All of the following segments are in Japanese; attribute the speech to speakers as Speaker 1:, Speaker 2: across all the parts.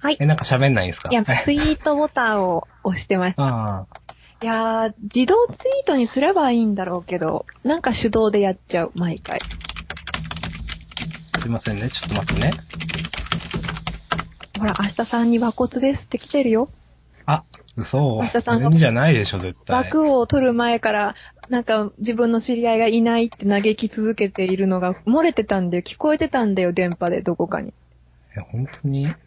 Speaker 1: はい
Speaker 2: え、なんか喋んないんですか
Speaker 1: いや、ツ
Speaker 2: はい
Speaker 1: イートボタンを押してました。
Speaker 2: ああ。
Speaker 1: いやー、自動ツイートにすればいいんだろうけど、なんか手動でやっちゃう、毎回。
Speaker 2: すいませんね。ちょっと待ってね。
Speaker 1: ほら、明日さんに和骨ですって来てるよ。
Speaker 2: あ、嘘。
Speaker 1: 松田さんが
Speaker 2: 全じゃないでしょ、絶対。
Speaker 1: 枠を取る前から、なんか自分の知り合いがいないって嘆き続けているのが漏れてたんだよ。聞こえてたんだよ、電波でどこかに。
Speaker 2: え、本当にちょっ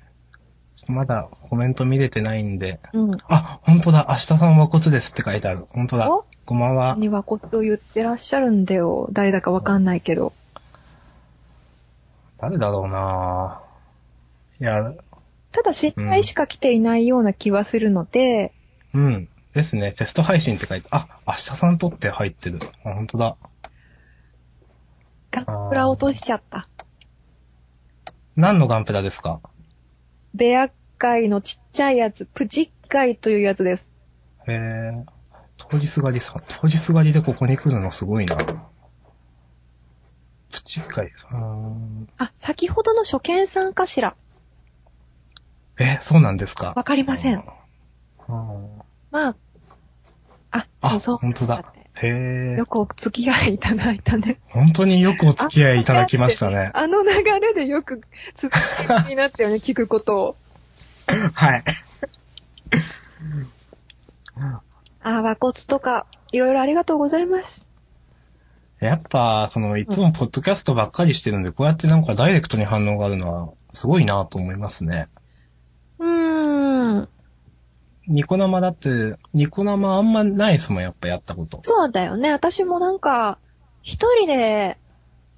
Speaker 2: とまだコメント見れてないんで。
Speaker 1: うん。
Speaker 2: あ、本当だ。明日さんは骨ですって書いてある。本当だ
Speaker 1: お。
Speaker 2: こんばんは。
Speaker 1: に和骨を言ってらっしゃるんだよ。誰だかわかんないけど。
Speaker 2: 誰だろうなぁ。いや、
Speaker 1: ただ知り合いしか来ていないような気はするので、
Speaker 2: うん。ですね。テスト配信って書いて、あ、明日さんとって入ってる。あ、本当だ。
Speaker 1: ガンプラ落としちゃった。
Speaker 2: 何のガンプラですか
Speaker 1: ベア界のちっちゃいやつ、プチッ界というやつです。
Speaker 2: へえ。通りすがりさ、通りすがりでここに来るのすごいな。プチッカイさん。
Speaker 1: あ、先ほどの初見さんかしら。
Speaker 2: え、そうなんですか
Speaker 1: わかりません。
Speaker 2: うん
Speaker 1: まあ、あ、
Speaker 2: あ、
Speaker 1: そう
Speaker 2: 本当だ。へえ
Speaker 1: よ。くお付き合いいただいたね。
Speaker 2: 本当によくお付き合いいただきましたね。
Speaker 1: あの流れでよく続きに なったよね、聞くことを。
Speaker 2: はい。
Speaker 1: あ、和骨とか、いろいろありがとうございます。
Speaker 2: やっぱ、その、いつもポッドキャストばっかりしてるんで、こうやってなんかダイレクトに反応があるのは、すごいなと思いますね。
Speaker 1: うーん。
Speaker 2: ニコ生だって、ニコ生あんまないですもん、やっぱやったこと。
Speaker 1: そうだよね。私もなんか、一人で、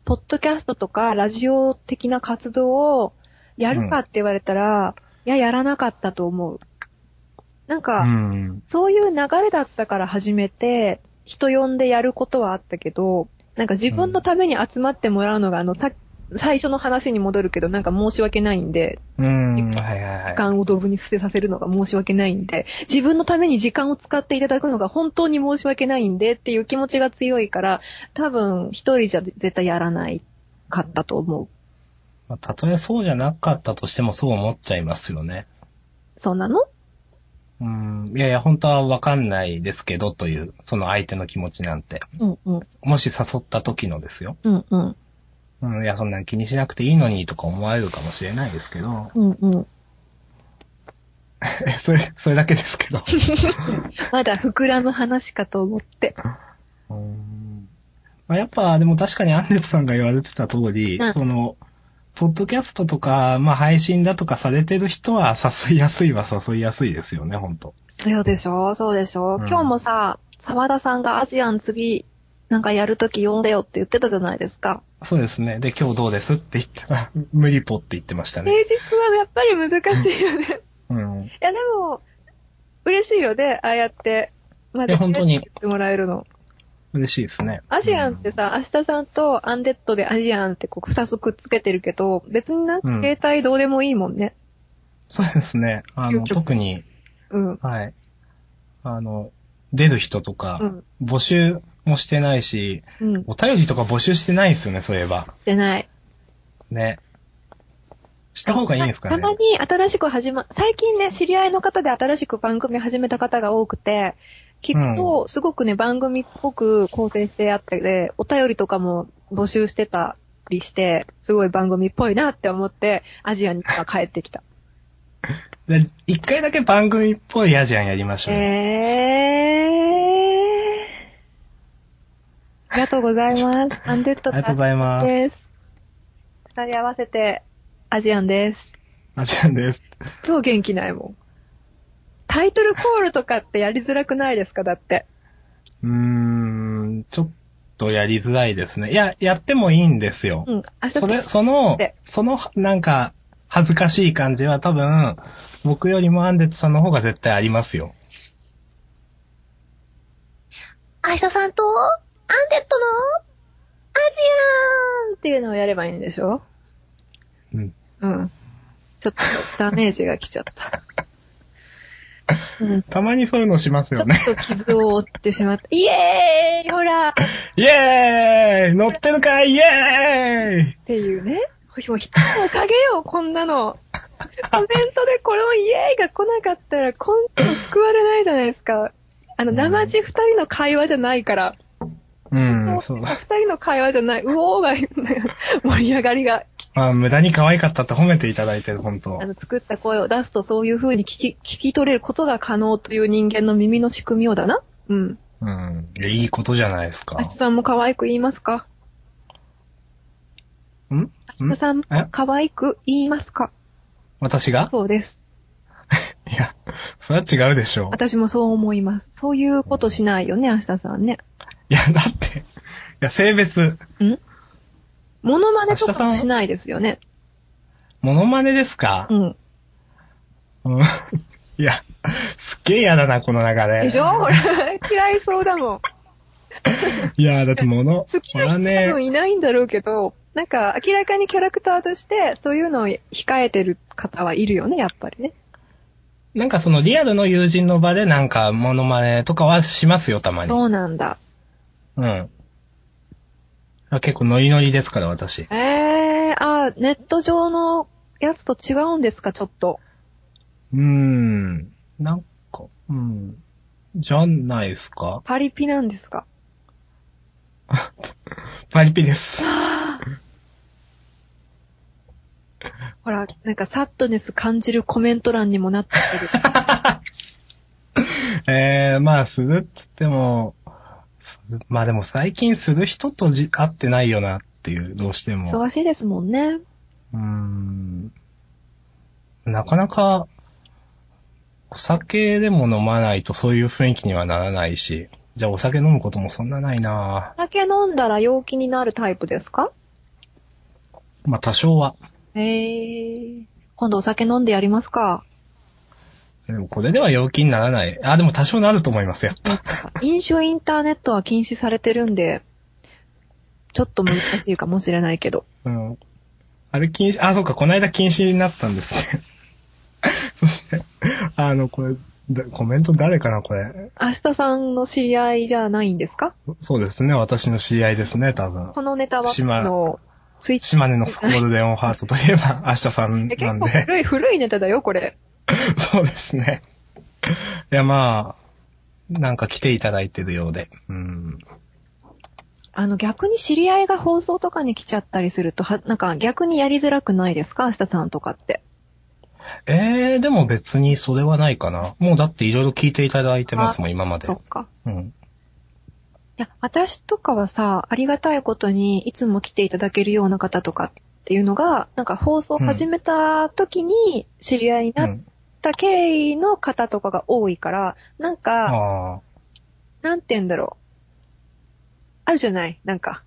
Speaker 1: ポッドキャストとか、ラジオ的な活動を、やるかって言われたら、いや、やらなかったと思う。なん
Speaker 2: う
Speaker 1: か、
Speaker 2: ん。
Speaker 1: そういう流れだったから始めて、人呼んでやることはあったけど、なんか自分のために集まってもらうのが、あの、さ最初の話に戻るけど、なんか申し訳ないんで、
Speaker 2: うん、はいはいはい
Speaker 1: 時。間をドブに伏せさせるのが申し訳ないんで、自分のために時間を使っていただくのが本当に申し訳ないんでっていう気持ちが強いから、多分一人じゃ絶対やらないかったと思う。
Speaker 2: まあたとえそうじゃなかったとしてもそう思っちゃいますよね。
Speaker 1: そうなの
Speaker 2: うん。いやいや、本当はわかんないですけどという、その相手の気持ちなんて。
Speaker 1: うんうん。
Speaker 2: もし誘った時のですよ。
Speaker 1: うんうん。
Speaker 2: うん、いや、そんなん気にしなくていいのにとか思われるかもしれないですけど。
Speaker 1: うんうん。
Speaker 2: それ、それだけですけ ど。
Speaker 1: まだ膨らむ話かと思って。
Speaker 2: うんまあ、やっぱ、でも確かにアンデプさんが言われてた通り、
Speaker 1: うん
Speaker 2: その、ポッドキャストとか、まあ配信だとかされてる人は誘いやすいは誘いやすいですよね、ほんと。
Speaker 1: そうでしょそうでしょ、
Speaker 2: うん
Speaker 1: 今日もさ、沢田さんがアジアン次、なんかやるとき呼んでよって言ってたじゃないですか。
Speaker 2: そうですね。で、今日どうですって言ったら、 無理ぽって言ってました
Speaker 1: 平
Speaker 2: ね。
Speaker 1: 日はやっぱり難しいよね。
Speaker 2: うん。
Speaker 1: いや、でも、嬉しいよね、ああやって。ま
Speaker 2: いや本当に
Speaker 1: 言ってもらえるの。
Speaker 2: 嬉しいですね。
Speaker 1: アジアンってさ、明日さんとアンデッドでアジアンってこう二つくっつけてるけど、別になんか
Speaker 2: うん
Speaker 1: 携帯どうでもいいもんね。
Speaker 2: そうですね。あの、
Speaker 1: 究極
Speaker 2: 特に、
Speaker 1: うん。
Speaker 2: はい。あの、出る人とか
Speaker 1: う、ん。
Speaker 2: 募集もしてないし、
Speaker 1: うん。
Speaker 2: お便りとか募集してないですよね、そういえば。
Speaker 1: してない。
Speaker 2: ね。した方がいいんですかね。
Speaker 1: たまに新しく始ま、最近ね、知り合いの方で新しく番組始めた方が多くて、聞くと、すごくね、番組っぽく構成してあってで、お便りとかも募集してたりして、すごい番組っぽいなって思って、アジアに帰ってきた。
Speaker 2: で一回だけ番組っぽいアジアンやりましょう。
Speaker 1: えー。ありがとうございます。アンデッド
Speaker 2: ありがとうございます
Speaker 1: す。二人合わせて、アジアンです。
Speaker 2: アジアンです。
Speaker 1: 超元気ないもん。タイトルコールとかってやりづらくないですかだって。
Speaker 2: うーん、ちょっとやりづらいですね。いや、やってもいいんですよ。
Speaker 1: うん。明日
Speaker 2: それ、その
Speaker 1: で、
Speaker 2: その、なんか、恥ずかしい感じは多分、僕よりもアンデッドさんの方が絶対ありますよ。
Speaker 1: 明日さんと、アンデッドの、アジアンっていうのをやればいいんでしょ
Speaker 2: うん。
Speaker 1: うん。ちょっとダメージが来ちゃった。 うん。ち
Speaker 2: たまにそういうのします
Speaker 1: ょ
Speaker 2: よ
Speaker 1: っ
Speaker 2: ね。
Speaker 1: と傷を負ってしまった。イエーイほら
Speaker 2: イエーイ乗ってるかいイエーイ
Speaker 1: っていうね。もう人のおかげよ、こんなの。コメントでこれをイエーイが来なかったら、コント救われないじゃないですか。あの、
Speaker 2: うん
Speaker 1: 生地二人の会話じゃないから。
Speaker 2: うん、
Speaker 1: そ
Speaker 2: そうう
Speaker 1: 二。人の会話じゃない。うおーが盛り上がりが。
Speaker 2: まあ、無駄に可愛かったって褒めていただいてる、本当
Speaker 1: あの、作った声を出すとそういう風に聞き、聞き取れることが可能という人間の耳の仕組みをだな。うん。
Speaker 2: うん。いや、いいことじゃないですか。
Speaker 1: あちさんも可愛く言いますか
Speaker 2: んん
Speaker 1: あちさんも
Speaker 2: え
Speaker 1: 可愛く言いますか
Speaker 2: 私が
Speaker 1: そうです。
Speaker 2: いや、それは違うでしょう。
Speaker 1: 私もそう思います。そういうことしないよね、明日さんね。
Speaker 2: いや、だって、いや、性別、
Speaker 1: んモノマネと
Speaker 2: 明日さ
Speaker 1: か
Speaker 2: ん
Speaker 1: もしないですよね。
Speaker 2: モノマネですか
Speaker 1: うん。
Speaker 2: うん。いや、すっげえ嫌だな、この流れ。
Speaker 1: でしょほら、嫌いそうだもん。
Speaker 2: いや、だってモノ、
Speaker 1: 好き
Speaker 2: モ
Speaker 1: な
Speaker 2: ノ
Speaker 1: 人多
Speaker 2: ね
Speaker 1: 分いないんだろうけど、なんか明らかにキャラクターとしてそういうのを控えてる方はいるよね、やっぱりね。
Speaker 2: なんかそのリアルの友人の場でなんかモノマネとかはしますよ、たまに。
Speaker 1: そうなんだ。
Speaker 2: うん。あ結構ノリノリですから、私。
Speaker 1: ええー、あー、ネット上のやつと違うんですか、ちょっと。
Speaker 2: うーん。なんか、うん。じゃないですか
Speaker 1: パリピなんですか。
Speaker 2: パリピです。
Speaker 1: ほら、なんかサッドネス感じるコメント欄にもなって る。
Speaker 2: えー、まあ、するっつっても、するまあでも最近する人とじ会ってないよなっていう、どうしても。
Speaker 1: 忙しいですもんね。
Speaker 2: うーんなかなか、お酒でも飲まないとそういう雰囲気にはならないし、じゃあお酒飲むこともそんなないな
Speaker 1: 酒飲んだら陽気になるタイプですか
Speaker 2: まあ多少は。
Speaker 1: えー。今度お酒飲んでやりますか。
Speaker 2: でもこれでは陽気にならない。あ、でも多少なると思いますよ。
Speaker 1: 飲酒インターネットは禁止されてるんで、ちょっと難しいかもしれないけど。
Speaker 2: うん。あれ禁止、あ、そうか、この間禁止になったんですね。 そして、あの、これ、だコメント誰かな、これ。
Speaker 1: 明日さんの知り合いじゃないんですか
Speaker 2: そうですね、私の知り合いですね、多分。
Speaker 1: このネタは、
Speaker 2: 島
Speaker 1: あの、ツイッター
Speaker 2: 島根のスコールデオンハートといえば、明日さん
Speaker 1: え
Speaker 2: な
Speaker 1: 結
Speaker 2: ん
Speaker 1: 構
Speaker 2: で。
Speaker 1: 古い、古いネタだよ、これ。
Speaker 2: そうですね。いや、まあ、なんか来ていただいてるようで。うん。
Speaker 1: あの、逆に知り合いが放送とかに来ちゃったりすると、は、なんか逆にやりづらくないですか明日さんとかって。
Speaker 2: えー、でも別にそれはないかな。もうだっていろいろ聞いていただいてますもん、今まで
Speaker 1: そ。っか。
Speaker 2: うん。
Speaker 1: いや、私とかはさ、ありがたいことに、いつも来ていただけるような方とかっていうのが、なんか放送始めた時に知り合いに
Speaker 2: う
Speaker 1: なっ
Speaker 2: ん。
Speaker 1: た経緯の方とかが多いから、なんか、
Speaker 2: ああ。
Speaker 1: なんて言うんだろう。あるじゃないなんか。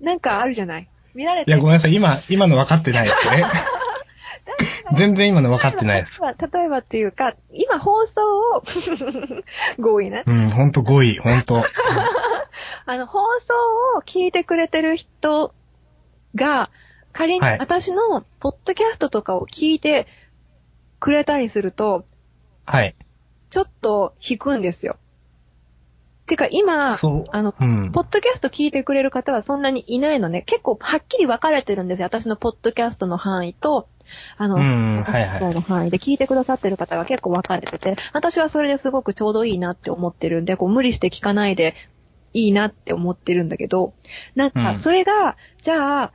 Speaker 1: なんかあるじゃない見られ
Speaker 2: い
Speaker 1: て
Speaker 2: や、ごめんなさい。今、今の分かってないです ね。全然今の分かってないです。
Speaker 1: 例えば例えばっていうか、今放送を、 合意ね。
Speaker 2: うん、ほんと5位、ほんと。
Speaker 1: あの、放送を聞いてくれてる人が、仮に
Speaker 2: はい
Speaker 1: 私のポッドキャストとかを聞いてくれたりすると、
Speaker 2: はい。
Speaker 1: ちょっと引くんですよ。てか今、
Speaker 2: そう。
Speaker 1: あの、
Speaker 2: うん
Speaker 1: ポ。ッドキャスト聞いてくれる方はそんなにいないのね、結構はっきり分かれてるんですよ。私のポッドキャストの範囲と、あの、
Speaker 2: うん、はい
Speaker 1: そ
Speaker 2: は
Speaker 1: う
Speaker 2: い。
Speaker 1: の範囲で聞いてくださってる方が結構分かれてて、私はそれですごくちょうどいいなって思ってるんで、こう無理して聞かないでいいなって思ってるんだけど、なん
Speaker 2: うん
Speaker 1: か、それが、じゃあ、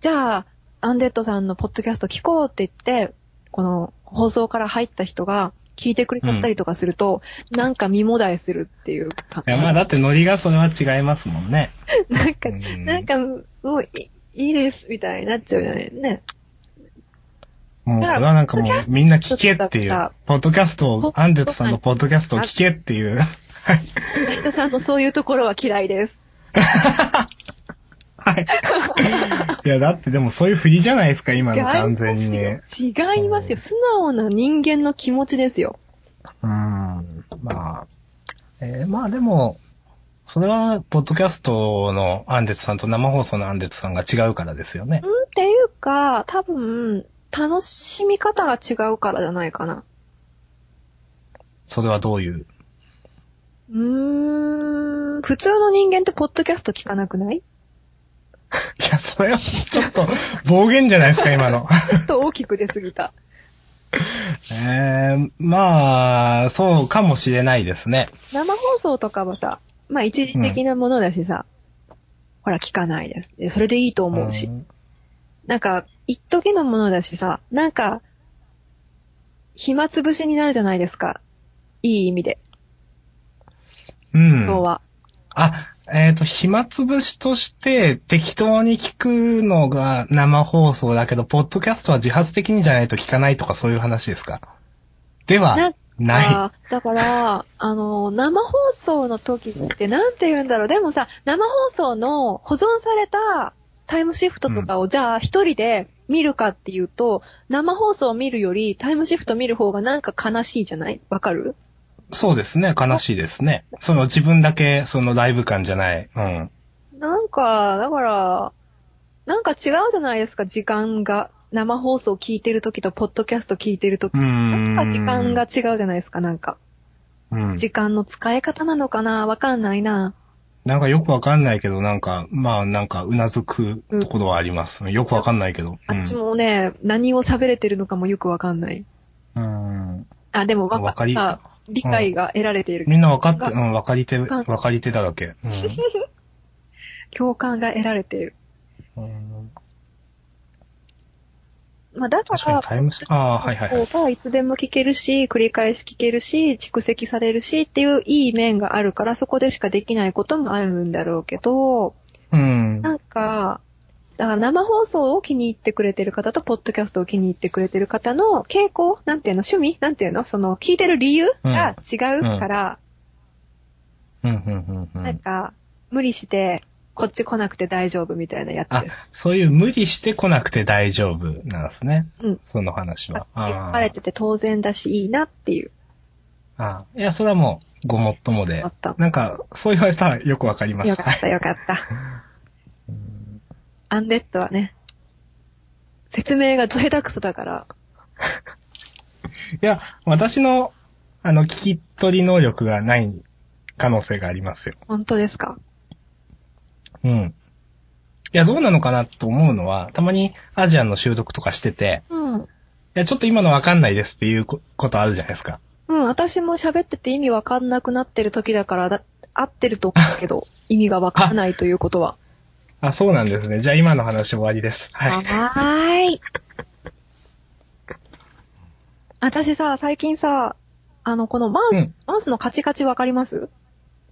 Speaker 1: じゃあ、アンデッドさんのポッドキャスト聞こうって言って、この放送から入った人が聞いてくれちゃったりとかすると、なんか身もだえするっていうか
Speaker 2: いや、まあだってノリがそれは違いますもんね。
Speaker 1: なんか
Speaker 2: う、ん
Speaker 1: なんか、もういいいですみたいになっちゃうじゃないね。
Speaker 2: もう、これはなんかもう、みんな聞けっていう。ポッドキャストを、アンデットさんのポッドキャストを聞けっていう。
Speaker 1: 明日さんのそういうところは嫌いです。
Speaker 2: はい。いや、だってでもそういう振りじゃないですか、今の完全にね。
Speaker 1: 違いますよ。素直な人間の気持ちですよ。
Speaker 2: うん。まあ。えーまあでも、それは、ポッドキャストのアンデットさんと生放送のアンデットさんが違うからですよね
Speaker 1: ん。っていうか、多分、楽しみ方が違うからじゃないかな。
Speaker 2: それはどういう。
Speaker 1: うーん、普通の人間ってポッドキャスト聞かなくない
Speaker 2: いや、それは、ちょっと、暴言じゃないですか、今の。
Speaker 1: ちょっと大きく出すぎた。
Speaker 2: えー、まあ、そうかもしれないですね。
Speaker 1: 生放送とかもさ、まあ一時的なものだしさ、ほら聞かないです。でそれでいいと思うし。
Speaker 2: ん
Speaker 1: なんか、一時のものだしさ、なんか、暇つぶしになるじゃないですか。いい意味で、
Speaker 2: うん。
Speaker 1: そうは。
Speaker 2: あ、えっ、と、暇つぶしとして適当に聞くのが生放送だけど、ポッドキャストは自発的にじゃないと聞かないとかそういう話ですかでは、ない。
Speaker 1: あーだから、あの、生放送の時ってなんて言うんだろう。でもさ、生放送の保存されたタイムシフトとかを、じゃあ一人で見るかっていうと、生放送を見るよりタイムシフト見る方がなんか悲しいじゃないわかる
Speaker 2: そうですね、悲しいですね。その自分だけ、そのライブ感じゃない。うん。
Speaker 1: なんか、だから、なんか違うじゃないですか、時間が。生放送聞いてる時と、ポッドキャスト聞いてる時
Speaker 2: うーん。
Speaker 1: なんか時間が、違うじゃないですか、なんか。
Speaker 2: うん。
Speaker 1: 時間の使い方なのかなわかんないな。
Speaker 2: なんかよくわかんないけど、なんか、まあなんか、うなずくところはあります。よくわかんないけど。う
Speaker 1: あ
Speaker 2: ん
Speaker 1: っちもね、何を喋れてるのかもよくわかんない。
Speaker 2: うん。
Speaker 1: あ、でもわ
Speaker 2: わかり
Speaker 1: あ理解が得られている。
Speaker 2: みんなわかって、うん、わかり手、わかり手だらけ。
Speaker 1: 共感が得られている。
Speaker 2: うん。うん
Speaker 1: まあ、だか
Speaker 2: 確かに
Speaker 1: ら、
Speaker 2: タイムス、ああ、はいはいはい。
Speaker 1: いつでも聞けるし、繰り返し聞けるし、蓄積されるしっていういい面があるから、そこでしかできないこともあるんだろうけど、
Speaker 2: うん。
Speaker 1: なんか、だから生放送を気に入ってくれてる方と、ポッドキャストを気に入ってくれてる方の傾向なんていうの趣味なんていうのその、聞いてる理由が違うから、
Speaker 2: うん、うん、うん、う
Speaker 1: なん
Speaker 2: ん。
Speaker 1: か、無理して、こっち来なくて大丈夫みたいなやつ
Speaker 2: あ
Speaker 1: です。、
Speaker 2: そういう無理して来なくて大丈夫なんですね。
Speaker 1: うん。
Speaker 2: その話は。
Speaker 1: あ
Speaker 2: あ
Speaker 1: バレてて当然だし、いいなっていう。
Speaker 2: ああ。いや、それはもう、ごもっともで
Speaker 1: ごもっとも。
Speaker 2: なんか、そう言われたらよくわかります。
Speaker 1: よかったよかった。アンデッドはね、説明がど下手くそだから、
Speaker 2: いや、私の、あの、聞き取り能力がない可能性がありますよ。
Speaker 1: 本当ですか
Speaker 2: うん。いや、どうなのかなと思うのは、たまにアジアンの収録とかしてて、
Speaker 1: うん。
Speaker 2: いや、ちょっと今のわかんないですっていうこことあるじゃないですか。
Speaker 1: うん、私も喋ってて意味わかんなくなってる時だから、だ合ってると思うけど、意味がわからないということは。
Speaker 2: あ、そうなんですね。じゃあ今の話終わりです。は。
Speaker 1: はいーい。私さ、最近さ、あの、このマウス、
Speaker 2: うん
Speaker 1: マウスのカチカチわかります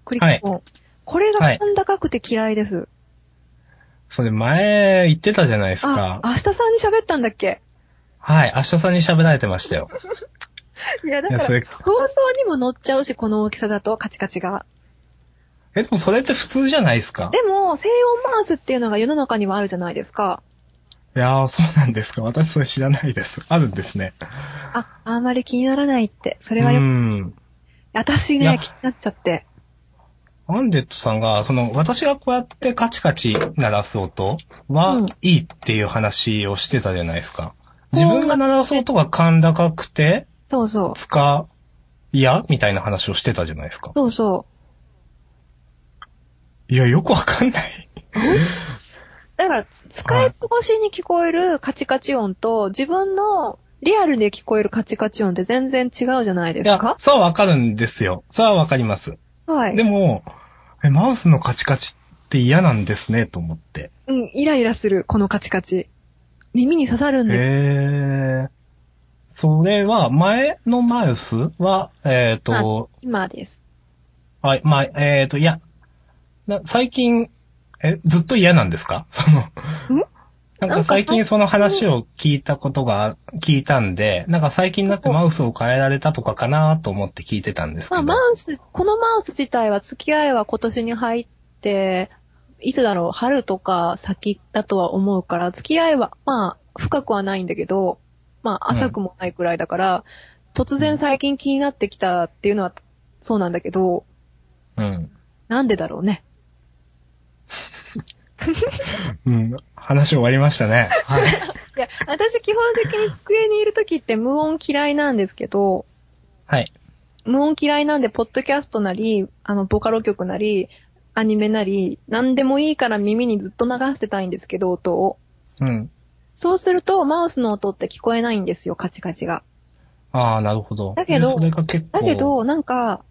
Speaker 1: クリック音。これが
Speaker 2: はい
Speaker 1: 甲高くて嫌いです。
Speaker 2: それ前言ってたじゃないですか、。
Speaker 1: あ明日さんに喋ったんだっけ
Speaker 2: はい。明日さんに喋られてましたよ。
Speaker 1: いや、だ
Speaker 2: い
Speaker 1: か
Speaker 2: や、そ
Speaker 1: ら、
Speaker 2: れ、
Speaker 1: 放送にも乗っちゃうし、この大きさだと、カチカチが。
Speaker 2: え、でもそれって普通じゃないですか。
Speaker 1: でも、西洋マウスっていうのが世の中にはあるじゃないですか。
Speaker 2: いやー、そうなんですか。私それ知らないです。あるんですね。
Speaker 1: あ、あんまり気にならないって。そうれはよ、
Speaker 2: ん。
Speaker 1: 私
Speaker 2: いや
Speaker 1: ね、気になっちゃって。
Speaker 2: アンデッドさんが、その、私がこうやってカチカチ鳴らす音は、
Speaker 1: うん
Speaker 2: いいっていう話をしてたじゃないですか。自分が鳴らす音が甲高くて、
Speaker 1: そうそう。
Speaker 2: 使いやみたいな話をしてたじゃないですか。
Speaker 1: そうそ
Speaker 2: いや、よくわかんない。
Speaker 1: う。だから、使い越しに聞こえるカチカチ音と、自分のリアルで聞こえるカチカチ音って全然違うじゃないで
Speaker 2: い
Speaker 1: す
Speaker 2: や
Speaker 1: か、
Speaker 2: そうはわかるんですよ。そうはわかります。
Speaker 1: はい
Speaker 2: で。も、えマウスのカチカチって嫌なんですね、と思って。
Speaker 1: うん、イライラする、このカチカチ。耳に刺さるんで
Speaker 2: へえ。それは、前のマウスは、えっ、と、
Speaker 1: す。今です。
Speaker 2: はい、まあ、えっ、と、いや、な最近、え、ずっと嫌なんですか その、
Speaker 1: ん
Speaker 2: なんか最
Speaker 1: なん
Speaker 2: 近
Speaker 1: か
Speaker 2: その話を聞いたことが、聞いたんで、なんか最近になってマウスを変えられたとかかなと思って聞いてたんですけ
Speaker 1: まあ、
Speaker 2: ど。
Speaker 1: マウス、このマウス自体は付き合いは今年に入って、いつだろう、春とか先だとは思うから、付き合いは、まあ、深くはないんだけど、まあ、
Speaker 2: うん
Speaker 1: 浅くもないくらいだから、突然最近気になってきたっていうのは、そうなんだけど、
Speaker 2: うん。
Speaker 1: なんでだろうね。
Speaker 2: うん。話終わりましたね。はい。
Speaker 1: いや、私基本的に机にいる時って無音嫌いなんですけど、
Speaker 2: はい。
Speaker 1: 無音嫌いなんで、ポッドキャストなり、あの、ボカロ曲なり、アニメなり、何でもいいから耳にずっと流してたいんですけど、音を。
Speaker 2: うん。
Speaker 1: そうすると、マウスの音って聞こえないんですよ、カチカチが。
Speaker 2: ああ、なるほど。
Speaker 1: だけど
Speaker 2: でそれが結構。
Speaker 1: だけど、なんか、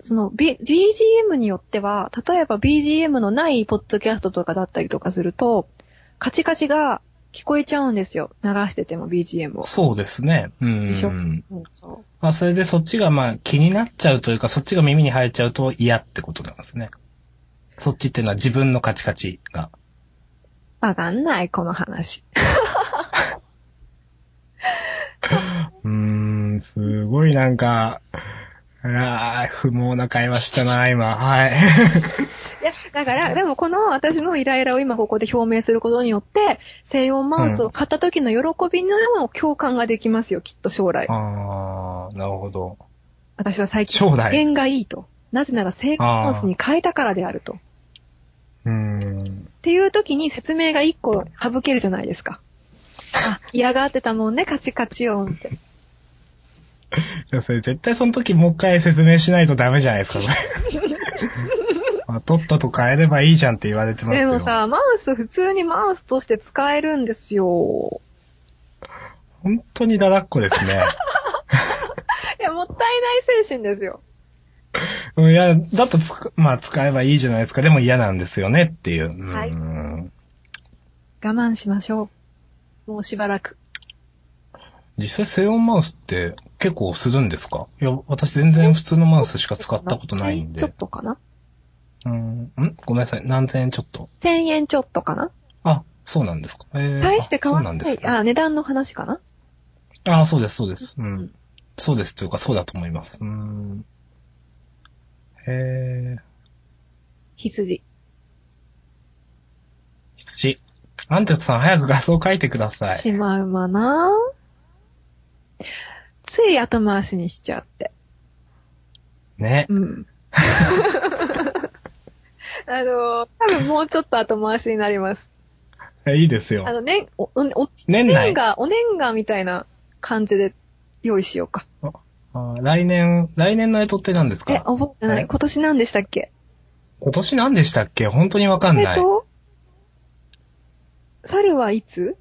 Speaker 1: その、B、BGM によっては、例えば BGM のないポッドキャストとかだったりとかすると、カチカチが聞こえちゃうんですよ。流してても BGM を。
Speaker 2: そうですね。うん。
Speaker 1: でしょうん、そう。
Speaker 2: まあ、それでそっちがまあ気になっちゃうというか、そっちが耳に入っちゃうと嫌ってことなんですね。そっちっていうのは自分のカチカチが。
Speaker 1: わかんない、この話。
Speaker 2: うーん、すごいなんか、あー不毛な会話したな、今。はい。
Speaker 1: いや、だから、でもこの私のイライラを今ここで表明することによって、西洋マウスを買った時の喜びの共感ができますよ、きっと将来。
Speaker 2: あー、なるほど。
Speaker 1: 私は最近、
Speaker 2: 将来
Speaker 1: 縁がいいと。なぜなら西洋マウスに変えたからであると。っ
Speaker 2: うーん。
Speaker 1: ていう時に説明が一個省けるじゃないですか。あ、嫌がってたもんね、カチカチ音って。
Speaker 2: じゃあそれ絶対その時もう一回説明しないとダメじゃないで すか、これまあ、とっとと変えればいいじゃんって言われてます
Speaker 1: で
Speaker 2: よ。
Speaker 1: もさ、マウス普通にマウスとして使えるんですよ。
Speaker 2: 本当にだだっこですね。
Speaker 1: いや、もったいない精神ですよ。
Speaker 2: うんいや、だとつく、まあ使えばいいじゃないですか。でも嫌なんですよねっていう。うん
Speaker 1: はい我慢しましょう。もうしばらく。
Speaker 2: 実際、セオンマウスって結構するんですかいや、私全然普通のマウスしか使ったことないん
Speaker 1: ちょっ
Speaker 2: で。
Speaker 1: とかな
Speaker 2: うん、んごめんなさい。何千円ちょっと。
Speaker 1: 1000円ちょっとかな
Speaker 2: あ、そうなんですか。えー、
Speaker 1: 大して変わら
Speaker 2: あそうなん
Speaker 1: な
Speaker 2: です
Speaker 1: い。
Speaker 2: ね、
Speaker 1: あ、値段の話かな
Speaker 2: あ、そうです、そうです。う
Speaker 1: うんん。
Speaker 2: そうですというか、そうだと思います。うん。えー、
Speaker 1: 羊。
Speaker 2: 羊。アンテツさん、早く画像描いてください。
Speaker 1: シマウマなぁつい後回しにしちゃって。
Speaker 2: ね。
Speaker 1: うん。あの、多分もうちょっと後回しになります。
Speaker 2: えいいです
Speaker 1: あ
Speaker 2: よ。
Speaker 1: の、ね、お、お、お
Speaker 2: 年内
Speaker 1: 年。賀、お年賀みたいな感じで用意しようか。
Speaker 2: あ来年、来年の干支って何です
Speaker 1: え、
Speaker 2: か
Speaker 1: 覚えてな
Speaker 2: え
Speaker 1: い。今年何でしたっけ
Speaker 2: 今年何でしたっけ本当にわかん
Speaker 1: え
Speaker 2: な
Speaker 1: っ
Speaker 2: い。
Speaker 1: と、猿はいつ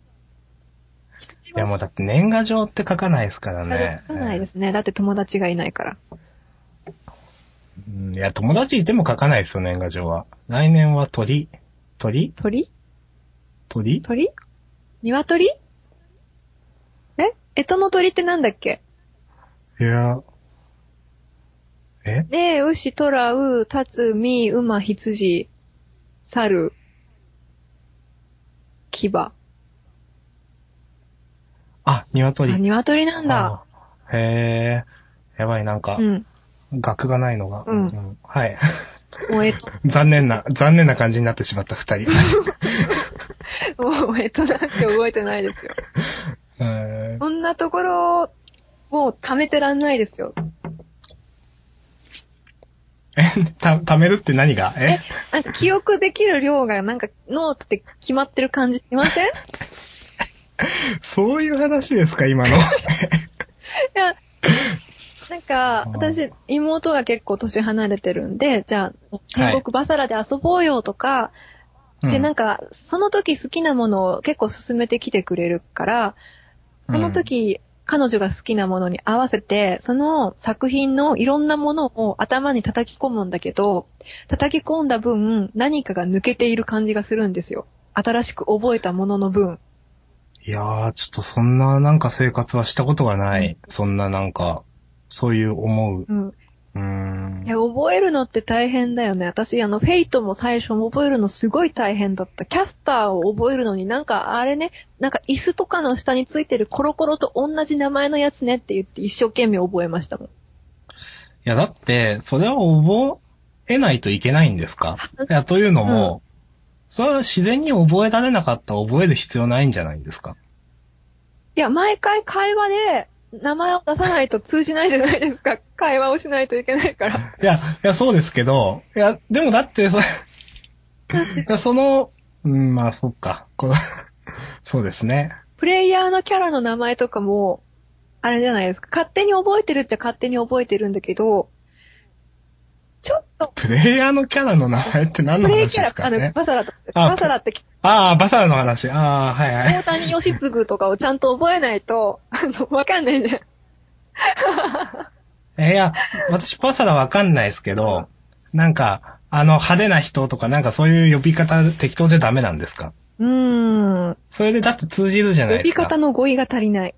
Speaker 1: 羊
Speaker 2: いや
Speaker 1: は
Speaker 2: もうだって年賀状って書かないですからね。
Speaker 1: 書かないですね。だって友達がいないから。
Speaker 2: うんいや、友達いても書かないですよ、年賀状は。来年は鳥、鳥
Speaker 1: 鳥
Speaker 2: 鳥
Speaker 1: 鳥鶏ええとの鳥ってなんだっけ
Speaker 2: いや、え
Speaker 1: ねえ、牛、トラウ、タツ、ミ、ウマ、羊、猿、牙。あ、
Speaker 2: あ、鶏。
Speaker 1: 鶏なんだ。
Speaker 2: あ。へえ。やばい、なんか
Speaker 1: う、ん。
Speaker 2: 額がないのが。
Speaker 1: うん
Speaker 2: はい。
Speaker 1: もうえっと、
Speaker 2: 残念な、残念な感じになってしまった二人。
Speaker 1: もうえっとなんて覚えてないですよ。
Speaker 2: うん
Speaker 1: そんなところ、もう貯めてらんないですよ。
Speaker 2: え、た、貯めるって何がえ
Speaker 1: え、なんか記憶できる量がなんか脳って決まってる感じしませんい
Speaker 2: そういう話ですか、 今の。
Speaker 1: や、なんか
Speaker 2: あー
Speaker 1: 私、妹が結構年離れてるんで、じゃあ、天国バサラで遊ぼうよとか、で、なん
Speaker 2: か、
Speaker 1: か、その時好きなものを結構勧めてきてくれるから、その時、彼女が好きなものに合わせて、その作品のいろんなものを頭に叩き込むんだけど、叩き込んだ分、何かが抜けている感じがするんですよ。新しく覚えたものの分。
Speaker 2: いやー、ちょっとそんななんか生活はしたことがない。そんななんか、そういう思う。
Speaker 1: うん。
Speaker 2: うーん
Speaker 1: い。や、覚えるのって大変だよね。私、あの、フェイトも最初覚えるのすごい大変だった。キャスターを覚えるのになんか、あれね、なんか椅子とかの下についてるコロコロと同じ名前のやつねって言って一生懸命覚えましたもん。
Speaker 2: いや、だって、それは覚えないといけないんですかいや、というのも、それは自然に覚えられなかったら覚える必要ないんじゃないですか
Speaker 1: いや、毎回会話で名前を出さないと通じないじゃないですか。会話をしないといけないから。
Speaker 2: いや、いや、そうですけど、いや、でもだって、そ その、うん、まあ、そっか。このそうですね。
Speaker 1: プレイヤーのキャラの名前とかも、あれじゃないですか。勝手に覚えてるっちゃ勝手に覚えてるんだけど、ちょっと、
Speaker 2: プレイヤーのキャラの名前って何の
Speaker 1: プレイ
Speaker 2: 話
Speaker 1: キャ
Speaker 2: で
Speaker 1: ラ
Speaker 2: す、か
Speaker 1: あの、
Speaker 2: ね
Speaker 1: バサラと、
Speaker 2: あ
Speaker 1: バサラって
Speaker 2: ああ、バサラの話。ああ、はいはい。
Speaker 1: 大谷義嗣とかをちゃんと覚えないと、あの、わかんないじゃん。
Speaker 2: えいや、私パサラわかんないですけど、なんか、あの派手な人とかなんかそういう呼び方適当じゃダメなんですか
Speaker 1: うーん。
Speaker 2: それでだって通じるじゃない
Speaker 1: 呼
Speaker 2: で
Speaker 1: び
Speaker 2: すか。
Speaker 1: 方の語彙が足りない。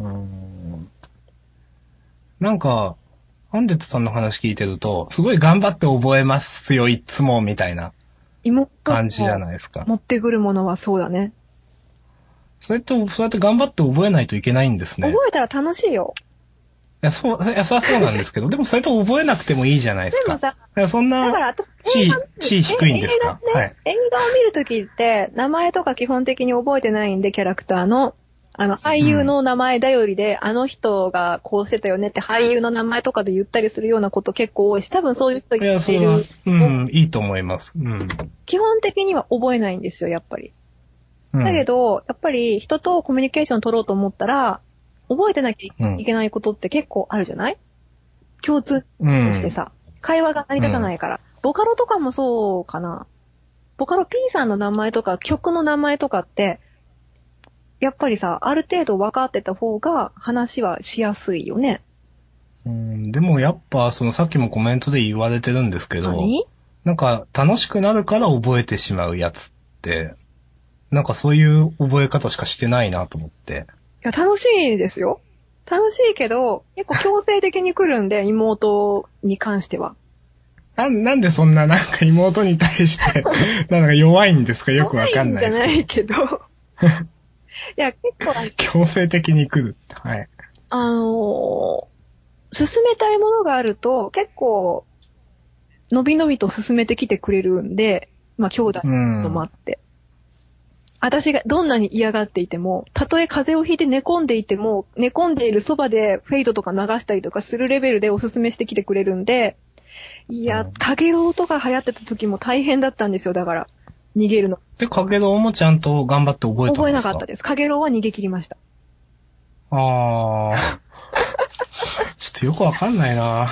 Speaker 2: うーんなんか、アンデットさんの話聞いてると、すごい頑張って覚えますよ、いつも、みたいな
Speaker 1: 妹
Speaker 2: 感じじゃ
Speaker 1: い。
Speaker 2: ないですか。
Speaker 1: 持ってくるものはそうだね。
Speaker 2: それって、そうやって頑張って覚えないといけないんですね。い
Speaker 1: 覚えたら楽しいよ。
Speaker 2: や、そう、いや、そりゃそうなんですけど、でもそれと覚えなくてもいいじゃないで
Speaker 1: です
Speaker 2: か。
Speaker 1: もさ、
Speaker 2: いやそん
Speaker 1: だか
Speaker 2: な、
Speaker 1: ら、
Speaker 2: 地位
Speaker 1: 映画
Speaker 2: 地位低いんですか
Speaker 1: 映画,、ね
Speaker 2: はい
Speaker 1: 映画を見るときって、名前とか基本的に覚えてないんで、キャラクターの。あの、俳優の名前頼りで、あの人がこうしてたよねって俳優の名前とかで言ったりするようなこと結構多いし、多分そういう人
Speaker 2: いや、
Speaker 1: 言っ
Speaker 2: そ
Speaker 1: てい
Speaker 2: れは
Speaker 1: る。、
Speaker 2: うん、いいと思います。うん。
Speaker 1: 基本的には覚えないんですよ、やっぱり。
Speaker 2: うん
Speaker 1: だけど、やっぱり人とコミュニケーション取ろうと思ったら、覚えてなきゃいけないことって結構あるじゃない、共通
Speaker 2: うん
Speaker 1: としてさ、会話が成り立たないから。ボカロとかもそうかな。ボカロ P さんの名前とか曲の名前とかって、やっぱりさ、ある程度分かってた方が話はしやすいよね。
Speaker 2: うん、でもやっぱ、そのさっきもコメントで言われてるんですけど、
Speaker 1: 何
Speaker 2: なんか楽しくなるから覚えてしまうやつって、なんかそういう覚え方しかしてないなと思って。
Speaker 1: いや、楽しいですよ。楽しいけど、結構強制的に来るんで、妹に関しては。
Speaker 2: な、なんでそんななんか妹に対 して、なんか弱いんですかよくわかんない
Speaker 1: 怖
Speaker 2: です
Speaker 1: いんじゃ ないけど。いや、結構、
Speaker 2: けど。強制的に来る。はい。
Speaker 1: あのー進めたいものがあると、結構、のびのびと進めてきてくれるんで、まあ、兄弟
Speaker 2: うん
Speaker 1: ともあって。私がどんなに嫌がっていても、たとえ風邪をひいて寝込んでいても、寝込んでいるそばでフェイドとか流したりとかするレベルでおすすめしてきてくれるんで、いや
Speaker 2: うん、
Speaker 1: かげろうとか流行ってた時も大変だったんですよ、だから。逃げるの。
Speaker 2: で、かけどもちゃんと頑張って覚えたん
Speaker 1: 覚
Speaker 2: で
Speaker 1: えな
Speaker 2: すか
Speaker 1: かったです。かげろうは逃げ切りました。
Speaker 2: あー。ちょっとよくわかんない な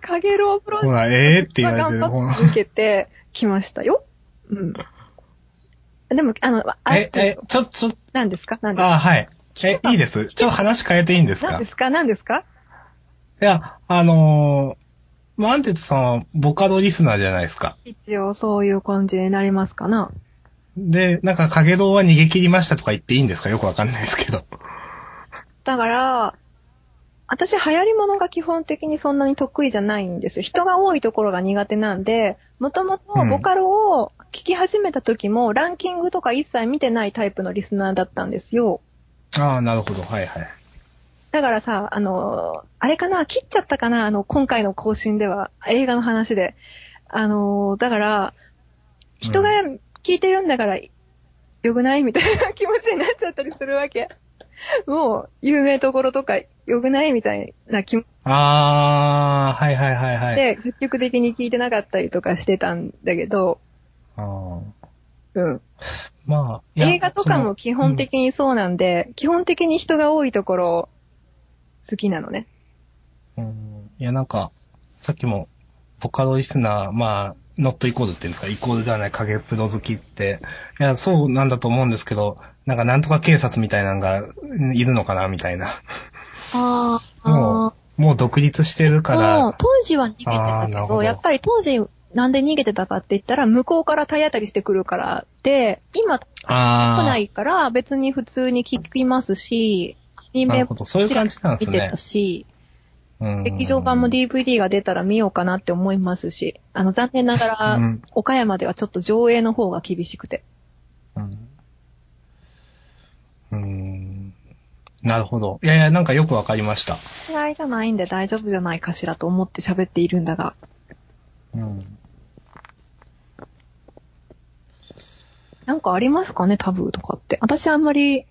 Speaker 1: かげろうプロジェクト
Speaker 2: ほら、ええって言われてる。
Speaker 1: 頑
Speaker 2: ほ
Speaker 1: 張
Speaker 2: ら
Speaker 1: って続けてきましたよ。うん。でも、あの、あ
Speaker 2: え、え、ちょ、ちょ、
Speaker 1: 何ですか何ですか
Speaker 2: あー、はい。え、いいです。ちょ、話変えていいんですか
Speaker 1: 何ですか何ですか
Speaker 2: いや、あのー、まあ、アンテツさんはボカロリスナーじゃないですか。
Speaker 1: 一応そういう感じになりますかな。
Speaker 2: で、なんか、影堂は逃げ切りましたとか言っていいんですかよくわかんないですけど。
Speaker 1: だから、私流行り物が基本的にそんなに得意じゃないんですよ。人が多いところが苦手なんで、もともと
Speaker 2: うん
Speaker 1: ボカロを聴き始めた時も、ランキングとか一切見てないタイプのリスナーだったんですよ。
Speaker 2: ああ、なるほど。はいはい。
Speaker 1: だからさ、あのー、あれかな、切っちゃったかな、あの、今回の更新では、映画の話で。あのー、だから、人が聞いてるんだから、よくないみたいな 気持ちになっちゃったりするわけ。もう、有名どころとか、よくないみたいな気持ち
Speaker 2: ああ、はいはいはいはい。
Speaker 1: で、積極的に聞いてなかったりとかしてたんだけど、
Speaker 2: あー
Speaker 1: うん。
Speaker 2: まあ、いや
Speaker 1: 映画とかも基本的にそうなんで、基本的に人が多いところ、好きなのね。
Speaker 2: そのうんいや、なんか、さっきも、ボカロリスナー、まあ、ノットイコールって言うんですか、イコールではない影プロ好きって、いや、そうなんだと思うんですけど、なんか、なんとか警察みたいなのが、いるのかな、みたいな。
Speaker 1: あ
Speaker 2: もう、もう独立してるか
Speaker 1: もう
Speaker 2: ら、
Speaker 1: 当時は逃げて
Speaker 2: あ
Speaker 1: た
Speaker 2: ー
Speaker 1: け
Speaker 2: なる
Speaker 1: ど、
Speaker 2: ほど
Speaker 1: やっぱり当時なんで逃げてたかって言ったら、向こうから体当たりしてくるからで、今来
Speaker 2: ああ、
Speaker 1: ないから別に普通に聞きますし、アニ
Speaker 2: なる
Speaker 1: メ
Speaker 2: ほ
Speaker 1: も
Speaker 2: ど、そういう感じなんで
Speaker 1: 見
Speaker 2: す
Speaker 1: て
Speaker 2: ね
Speaker 1: た。し、
Speaker 2: うん
Speaker 1: 劇場版も DVD が出たら見ようかなって思いますし、あの残念ながら、
Speaker 2: うん
Speaker 1: 岡山ではちょっと上映の方が厳しくて。
Speaker 2: うんうんなるほど。いやいや、なんかよくわかりました。
Speaker 1: 嫌いじゃないんで大丈夫じゃないかしらと思って喋っているんだが、
Speaker 2: うん。
Speaker 1: なんかありますかね、タブーとかって。私あんまり、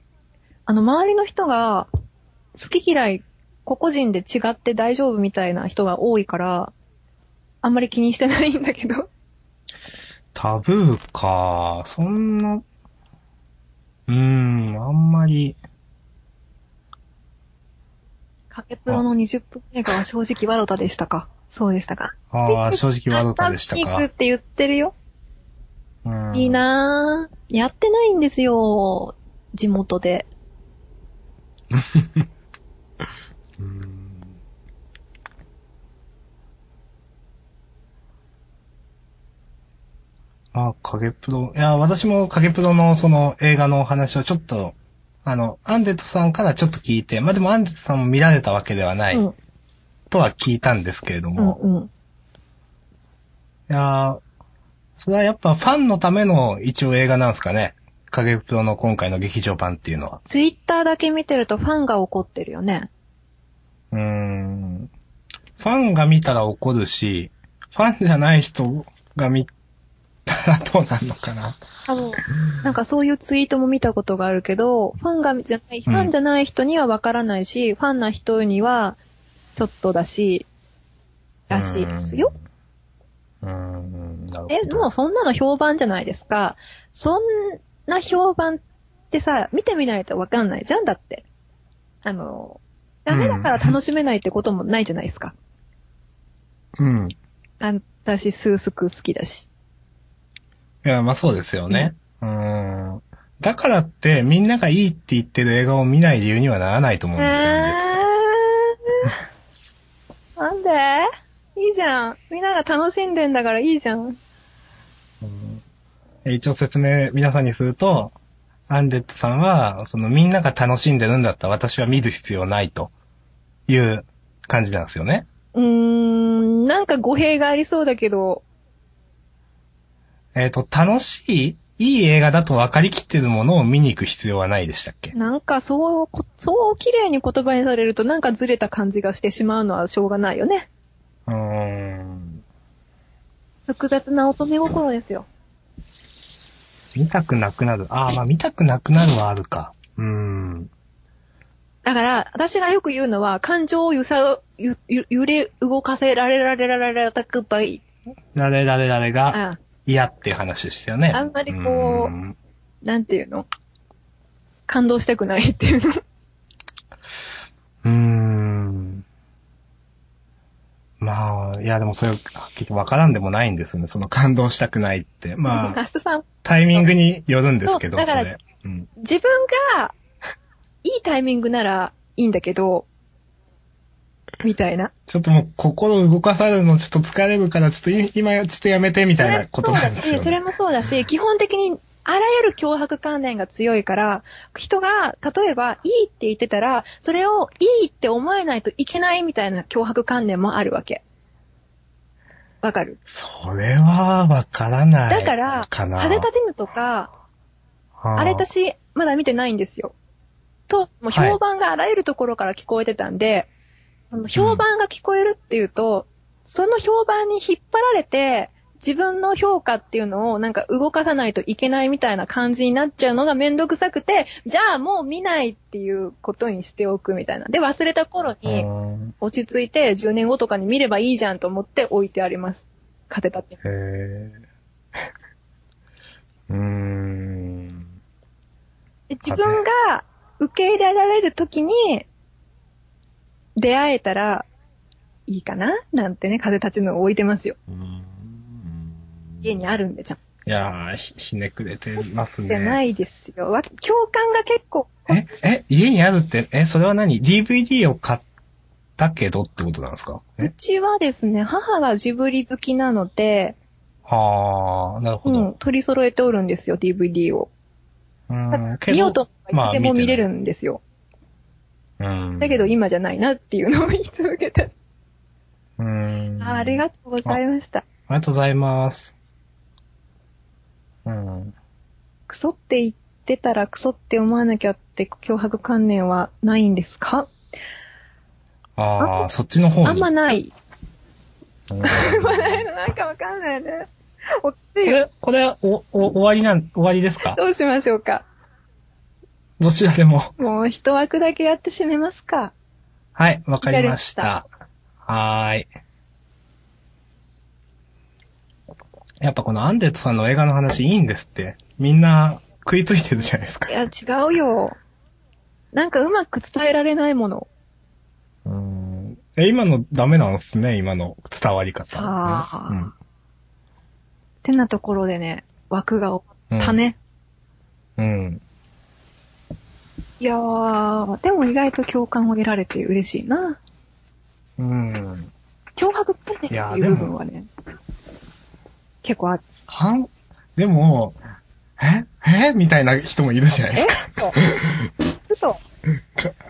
Speaker 1: あの、周りの人が、好き嫌い、個々人で違って大丈夫みたいな人が多いから、あんまり気にしてないんだけ ど。
Speaker 2: タブーか。そんな、うん、あんまり、
Speaker 1: 影プロの20分映画は正直ワロタでしたかそうでしたか
Speaker 2: ああ、 正直ワドタでした
Speaker 1: ハッターピー
Speaker 2: か
Speaker 1: クっ。て言ってるよ。
Speaker 2: うん
Speaker 1: いいなぁ。やってないんですよ。地元で。
Speaker 2: うんまあ、影プロ。いや、私も影プロのその映画のお話をちょっと、あの、アンデットさんからちょっと聞いて、まあでもアンデットさんも見られたわけではない、
Speaker 1: うん
Speaker 2: とは聞いたんですけれども、
Speaker 1: うんうん。
Speaker 2: いやーそれはやっぱファンのための一応映画なんですかね。影プロの今回の劇場版っていうのは。
Speaker 1: ツイッターだけ見てるとファンが怒ってるよね。
Speaker 2: うーん。ファンが見たら怒るし、ファンじゃない人が見たらどうなるのかな。
Speaker 1: あの、なんかそういうツイートも見たことがあるけど、ファンがじゃない、ファンじゃない人にはわからないし、ファンな人にはちょっとだし、らしいですよ。
Speaker 2: うーん。なるほど
Speaker 1: え、もうそんなの評判じゃないですか。そんな評判ってさ、見てみないとわかんないじゃんだって。あの、ダメだから楽しめないってこともないじゃないですか。
Speaker 2: うん。い
Speaker 1: あん私、スースク好きだし。
Speaker 2: や、まあそうですよね。うーん。だからって、みんながいいって言ってる映画を見ない理由にはならないと思うんですよね。
Speaker 1: えーなんでいいじゃん。みんなが楽しんでんだからいいじゃん。
Speaker 2: 一応説明皆さんにすると、アンデッドさんは、そのみんなが楽しんでるんだったら私は見る必要ないという感じなんですよね。
Speaker 1: うーん、なんか語弊がありそうだけど、
Speaker 2: えっ、と、楽しい、いい映画だと分かりきってるものを見に行く必要はないでしたっけ
Speaker 1: なんかそう、こそう綺麗に言葉にされるとなんかずれた感じがしてしまうのはしょうがないよね。
Speaker 2: うーん。
Speaker 1: 複雑な乙女心ですよ。
Speaker 2: 見たくなくなる。ああ、まあ見たくなくなるはあるか。うーん。
Speaker 1: だから、私がよく言うのは、感情を揺さ、ゆゆ揺れ動かせられられられられたくばい。
Speaker 2: られられられが
Speaker 1: あ
Speaker 2: 嫌っていう話でしたよね。
Speaker 1: あんまりこう
Speaker 2: ーん
Speaker 1: なんていうの感動したくないっていうの。
Speaker 2: うーん。まあ、いやでもそれ、はっきりとわからんでもないんですよね。その感動したくないって。 ま
Speaker 1: マ
Speaker 2: あ、
Speaker 1: ストさん、
Speaker 2: タイミングによるんですけど、
Speaker 1: そ
Speaker 2: そ
Speaker 1: うだから
Speaker 2: れ。うん。
Speaker 1: 自分が、いいタイミングならいいんだけど、みたいな。
Speaker 2: ちょっともう心動かされるのちょっと疲れるから、ちょっとい今ちょっとやめてみたいなことなんですよ、ね。
Speaker 1: それもそうだし、それもそうだし、基本的にあらゆる脅迫観念が強いから、人が、例えば、いいって言ってたら、それをいいって思えないといけないみたいな脅迫観念もあるわけ。わかる
Speaker 2: それはわからない。
Speaker 1: だから、
Speaker 2: かな。
Speaker 1: 風立ちぬとか、
Speaker 2: あ
Speaker 1: あれ私、まだ見てないんですよ。と、もう
Speaker 2: はい
Speaker 1: 評判があらゆるところから聞こえてたんで、その評判が聞こえるっていうと、その評判に引っ張られて、自分の評価っていうのをなんか動かさないといけないみたいな感じになっちゃうのがめんどくさくて、じゃあもう見ないっていうことにしておくみたいな。で、忘れた頃
Speaker 2: う
Speaker 1: に
Speaker 2: ーん
Speaker 1: 落ち着いて10年後とかに見ればいいじゃんと思って置いてあります。風立って。
Speaker 2: へえ。うーん。
Speaker 1: で自分が受け入れられるときに出会えたらいいかななんてね、風立ちのを置いてますよ。家にあるんでちゃんと。
Speaker 2: いやーひ、ひねくれてますね。
Speaker 1: じゃないですよ。わ共感が結構、
Speaker 2: え、え、家にあるって、え、それは何 ?DVD を買ったけどってことなんですか
Speaker 1: う
Speaker 2: え
Speaker 1: ちはですね、母がジブリ好きなので、
Speaker 2: あー、なる
Speaker 1: う
Speaker 2: ほど。
Speaker 1: ん、取り揃えておるんですよ、DVD を。
Speaker 2: うーん。けど
Speaker 1: 見ようと思っても見れ。る
Speaker 2: ま
Speaker 1: んですよ。
Speaker 2: あてないうん。
Speaker 1: だけど今じゃないなっていうのを言い続けて。
Speaker 2: うーん。
Speaker 1: あありがとうございました。
Speaker 2: ありがとうございます。うん。
Speaker 1: クソって言ってたらクソって思わなきゃって脅迫観念はないんですか
Speaker 2: あー、そっちの方に。
Speaker 1: あんまない。
Speaker 2: うん
Speaker 1: あん まないの なんかわかんないね。おっつ
Speaker 2: こ
Speaker 1: い。
Speaker 2: れ、これはお、お、終わりなん、終わりですか
Speaker 1: どうしましょうか。
Speaker 2: どちらでも。
Speaker 1: もう一枠だけやって締めますか。
Speaker 2: はい、わかりました。はーい。やっぱこのアンデッドさんの映画の話いいんですって。みんな食いついてるじゃないですか
Speaker 1: い。や、違うよ。なんかうまく伝えられないもの。
Speaker 2: うーんえ、今のダメなんですね、今の伝わり方。
Speaker 1: さあ
Speaker 2: うん
Speaker 1: ってなところでね、枠が終わったね。
Speaker 2: うん。
Speaker 1: いやー、でも意外と共感を得られて嬉しいな。
Speaker 2: うん。
Speaker 1: 脅迫っぽいねって
Speaker 2: いやー
Speaker 1: いう部分はね。結構ある。
Speaker 2: はん、でも、ええみたいな人もいるじゃないで
Speaker 1: え
Speaker 2: すか。
Speaker 1: 嘘
Speaker 2: か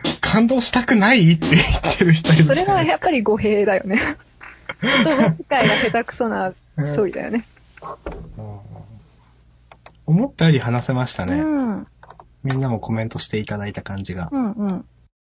Speaker 2: 感動したくないって言ってる人いるじゃ
Speaker 1: そ
Speaker 2: ない
Speaker 1: れはやっぱり語弊だよね。 人の使いが下手くそな
Speaker 2: うん
Speaker 1: そうだよね。
Speaker 2: うん思ったより話せました
Speaker 1: う
Speaker 2: ね。
Speaker 1: ん。うん
Speaker 2: みんなもコメントしていただいた感じが。
Speaker 1: うん。